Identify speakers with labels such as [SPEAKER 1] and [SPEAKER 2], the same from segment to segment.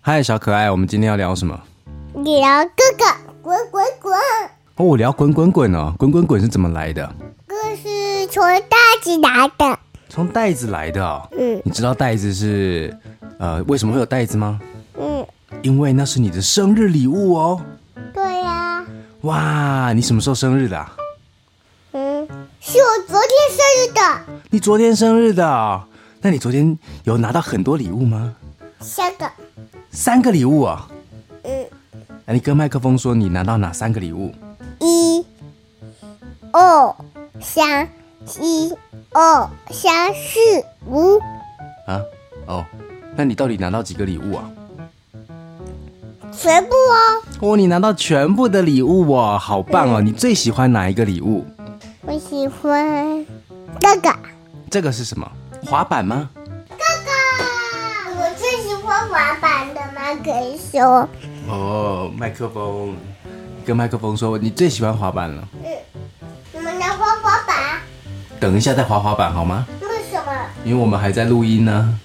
[SPEAKER 1] 嗨，小可爱，我们今天要聊什么？
[SPEAKER 2] 聊哥哥滚滚滚，
[SPEAKER 1] 哦，我聊滚滚滚哦，滚滚滚是怎么来的？
[SPEAKER 2] 这是从袋子拿的。
[SPEAKER 1] 从袋子来的哦。
[SPEAKER 2] 嗯
[SPEAKER 1] 你知道袋子是呃为什么会有袋子吗？
[SPEAKER 2] 嗯，
[SPEAKER 1] 因为那是你的生日礼物哦。
[SPEAKER 2] 对呀、
[SPEAKER 1] 哇，你什么时候生日的啊、
[SPEAKER 2] 嗯，是我昨天生日的。
[SPEAKER 1] 你昨天生日的哦、那你昨天有拿到很多礼物吗？
[SPEAKER 2] 三个，
[SPEAKER 1] 三个礼物啊、
[SPEAKER 2] 嗯，
[SPEAKER 1] 那你跟麦克风说你拿到哪三个礼物？
[SPEAKER 2] 一、二、三、一、二、三、四、五，
[SPEAKER 1] 啊？哦，那你到底拿到几个礼物啊？
[SPEAKER 2] 全部哦。
[SPEAKER 1] 哦，你拿到全部的礼物哦，好棒哦！你最喜欢哪一个礼物？
[SPEAKER 2] 我喜欢这个。
[SPEAKER 1] 这个是什么？滑板吗？
[SPEAKER 2] 我最喜欢滑板的那个说，
[SPEAKER 1] 哦，麦克风，跟麦克风说你最喜欢滑板了。
[SPEAKER 2] 嗯，我们来滑滑板。
[SPEAKER 1] 等一下再滑滑板好吗？
[SPEAKER 2] 为什么？
[SPEAKER 1] 因为我们还在录音呢。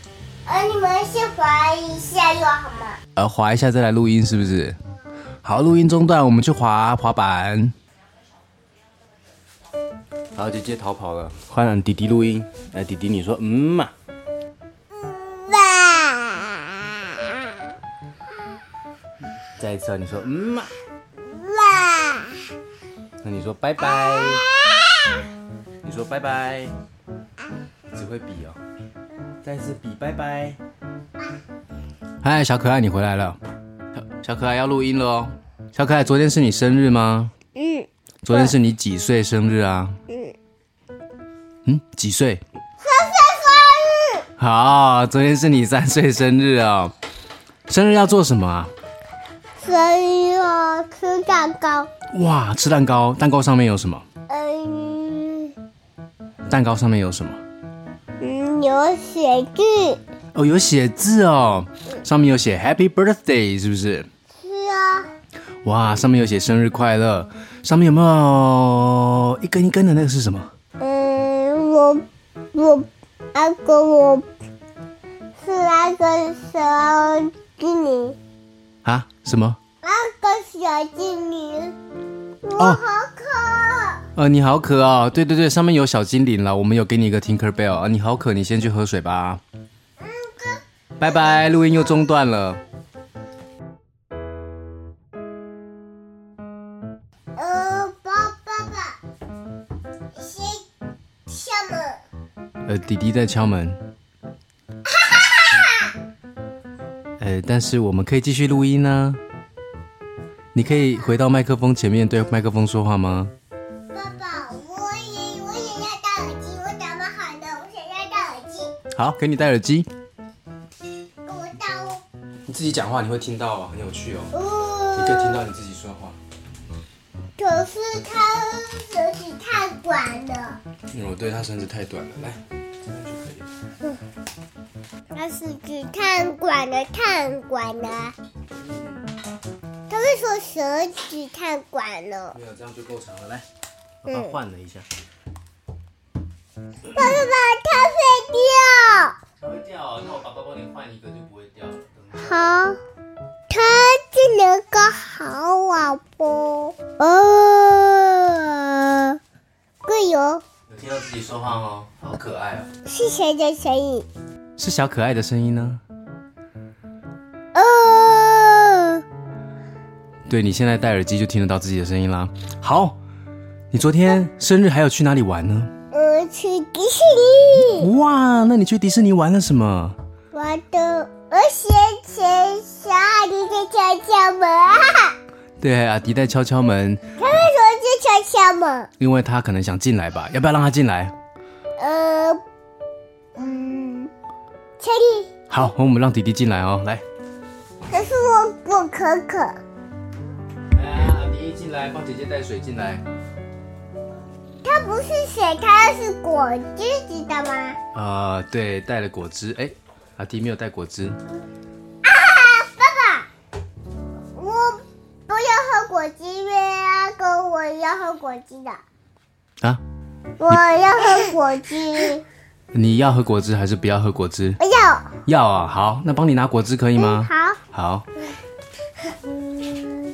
[SPEAKER 2] 呃，你们先滑一下就好吗？
[SPEAKER 1] 呃，滑一下再来录音是不是？好，录音中断，我们去滑滑板。好，姐姐逃跑了。换了弟弟录音。哎，弟弟，你说嗯嘛？
[SPEAKER 2] 哇
[SPEAKER 1] 再一次啊，你说嗯嘛？
[SPEAKER 2] 哇！
[SPEAKER 1] 那你说拜拜。你说拜拜。只会比哦。再一次比拜拜。嗨，哎小可爱，你回来了。小小可爱要录音了哦。小可爱，昨天是你生日吗？
[SPEAKER 2] 嗯，
[SPEAKER 1] 昨天是你几岁生日啊？
[SPEAKER 2] 嗯
[SPEAKER 1] 嗯，几岁？三岁生日。好，昨天是你三岁生日哦。生日要做什么啊？
[SPEAKER 2] 所以要吃蛋糕。
[SPEAKER 1] 哇，吃蛋糕，蛋糕上面有什么？
[SPEAKER 2] 嗯
[SPEAKER 1] 蛋糕上面有什么？
[SPEAKER 2] 嗯，有雪具。
[SPEAKER 1] 哦，有写字哦，上面有写 Happy Birthday，是不是？
[SPEAKER 2] 是啊，
[SPEAKER 1] 哇，上面有写生日快乐，上面有没有一根一根的那个是什么？
[SPEAKER 2] 嗯，我我那个我是那个小精灵，
[SPEAKER 1] 啊？什么？
[SPEAKER 2] 那个小精灵，我
[SPEAKER 1] 哦
[SPEAKER 2] 好渴。
[SPEAKER 1] 呃，你好渴哦！对对对，上面有小精灵了，我们有给你一个 Tinker Bell 啊，你好渴，你先去喝水吧。拜拜，录音又中断了。
[SPEAKER 2] 呃，爸爸爸，先下门。
[SPEAKER 1] 呃，弟弟在敲门。 呃，但是我们可以继续录音呢、你可以回到麦克风前面对麦克风说话吗？
[SPEAKER 2] 爸爸，我也我也要戴耳机，我打扮好了，我想要戴耳机，
[SPEAKER 1] 好，给你戴耳机。
[SPEAKER 2] 给我戴哦。
[SPEAKER 1] 你自己讲话你会听到哦，很有趣哦。你可以
[SPEAKER 2] 嗯，
[SPEAKER 1] 听到你自己说话。
[SPEAKER 2] 可是他手指太短了，
[SPEAKER 1] 嗯，我对他绳子太短了，来，这样就可以了。
[SPEAKER 2] 他手指太短了，太短了。他会说手指太短了。
[SPEAKER 1] 没有，这样就够长了。来，
[SPEAKER 2] 嗯
[SPEAKER 1] 把它换了一下，
[SPEAKER 2] 爸爸爸，
[SPEAKER 1] 它会掉哦。那我爸爸帮你换一个就不会掉了。等
[SPEAKER 2] 它会掉。好，它是能个好老婆哦，加油！
[SPEAKER 1] 有听到自己说话哦，好可爱哦。
[SPEAKER 2] 是谁的声音？
[SPEAKER 1] 是小可爱的声音呢？
[SPEAKER 2] 哦，
[SPEAKER 1] 对你现在戴耳机就听得到自己的声音啦。好，你昨天生日还有去哪里玩呢？
[SPEAKER 2] 我去迪士尼，
[SPEAKER 1] 哇，那你去迪士尼玩了什么？
[SPEAKER 2] 我的我先前小阿狸在敲敲门，
[SPEAKER 1] 对，阿迪在敲敲门，
[SPEAKER 2] 他为什么在敲敲门？
[SPEAKER 1] 因为他可能想进来吧，要不要让他进来？
[SPEAKER 2] 呃，嗯，确定。
[SPEAKER 1] 好，我们让迪迪进来哦，来。
[SPEAKER 2] 可是我我可可，
[SPEAKER 1] 来啊，阿迪进来，帮姐姐带水进来。
[SPEAKER 2] 它不是水，它是果汁，知道吗？
[SPEAKER 1] 啊、对，带了果汁。哎，阿迪没有带果汁。
[SPEAKER 2] 我不要喝果汁，因为那个我要喝果汁的，
[SPEAKER 1] 啊，
[SPEAKER 2] 我要喝果汁，哎
[SPEAKER 1] 你要喝果汁还是不要喝果汁？
[SPEAKER 2] 我要。
[SPEAKER 1] 要啊，好，那帮你拿果汁可以吗？
[SPEAKER 2] 好，
[SPEAKER 1] 好，
[SPEAKER 2] 嗯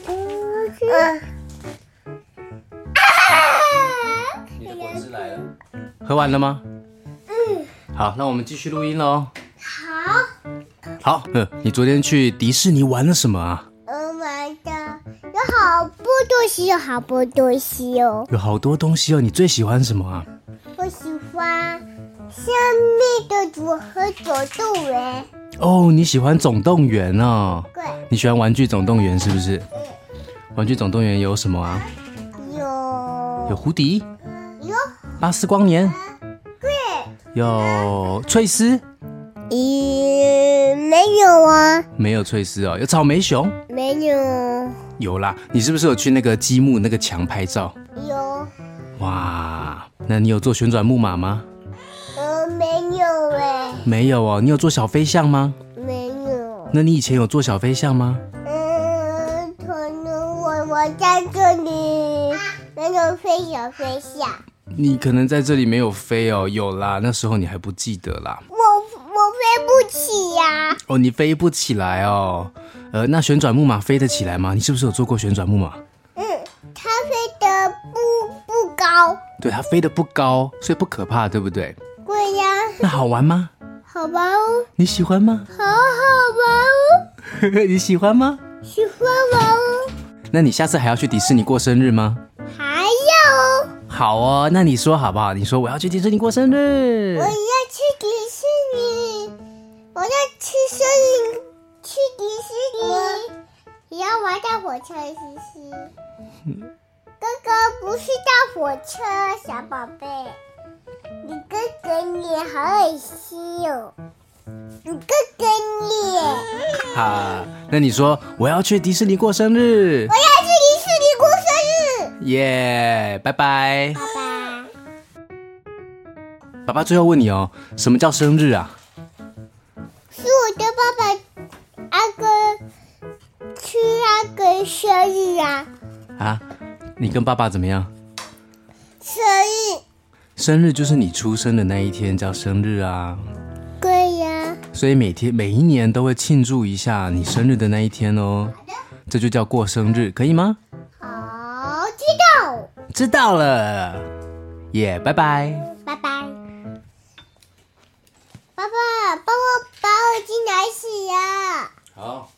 [SPEAKER 1] 你的果汁来了，喝完了吗？好，那我们继续录音喽。
[SPEAKER 2] 好，
[SPEAKER 1] 好，嗯，你昨天去迪士尼玩了什么啊？
[SPEAKER 2] 我们的有好多东西，有好多东西哦。
[SPEAKER 1] 有好多东西哦，你最喜欢什么啊？
[SPEAKER 2] 我喜欢生命的组合总动员，
[SPEAKER 1] 哦，你喜欢总动员哦，
[SPEAKER 2] 对，
[SPEAKER 1] 你喜欢玩具总动员是不是？玩具总动员有什么啊？
[SPEAKER 2] 有
[SPEAKER 1] 有胡迪、
[SPEAKER 2] 有
[SPEAKER 1] 巴斯光年，有翠丝，
[SPEAKER 2] 对，咦，没有啊，
[SPEAKER 1] 没有翠丝哦，有草莓熊，
[SPEAKER 2] 没有，
[SPEAKER 1] 有啦。你是不是有去那个积木那个墙拍照？
[SPEAKER 2] 有，
[SPEAKER 1] 哇，那你有坐旋转木马吗？
[SPEAKER 2] 呃，没有哎、
[SPEAKER 1] 没有哦，你有坐小飞象吗？
[SPEAKER 2] 没有，
[SPEAKER 1] 那你以前有坐小飞象吗？
[SPEAKER 2] 嗯，可能我我在这里没有飞小飞下，
[SPEAKER 1] 你可能在这里没有飞哦，有啦，那时候你还不记得啦。
[SPEAKER 2] 我我飞不起呀、
[SPEAKER 1] 哦，你飞不起来哦。呃，那旋转木马飞得起来吗？你是不是有坐过旋转木马？
[SPEAKER 2] 嗯，它飞得不不高，
[SPEAKER 1] 对，它飞得不高，所以不可怕，对不对？
[SPEAKER 2] 对呀、
[SPEAKER 1] 那好玩吗？
[SPEAKER 2] 好吧哦，
[SPEAKER 1] 你喜欢吗？
[SPEAKER 2] 好好玩哦，
[SPEAKER 1] 你喜欢吗？
[SPEAKER 2] 喜欢玩哦，
[SPEAKER 1] 那你下次还要去迪士尼过生日吗？
[SPEAKER 2] 还要哦，
[SPEAKER 1] 好哦，那你说好不好？你说我要去迪士尼过生日
[SPEAKER 2] 我要。去迪士尼，我要去森林，去迪士尼，也要玩大火车，西西。哥哥不是大火车，小宝贝，你哥哥你好恶心哦，你哥哥你，
[SPEAKER 1] 哈，那你说我要去迪士尼过生日
[SPEAKER 2] 我，要去迪士尼过生日，
[SPEAKER 1] 耶、拜拜。
[SPEAKER 2] 爸爸。
[SPEAKER 1] 爸爸最后问你哦，什么叫生日啊？
[SPEAKER 2] 是我的爸爸阿哥去阿哥生日啊，
[SPEAKER 1] 啊，你跟爸爸怎么样？
[SPEAKER 2] 生日
[SPEAKER 1] 生日就是你出生的那一天叫生日啊，
[SPEAKER 2] 对呀、
[SPEAKER 1] 所以每天每一年都会庆祝一下你生日的那一天哦，这就叫过生日，可以吗？
[SPEAKER 2] 好，知道，
[SPEAKER 1] 知道了，耶、拜拜。
[SPEAKER 2] 拜拜。爸爸，帮我把耳机拿起呀、
[SPEAKER 1] 好，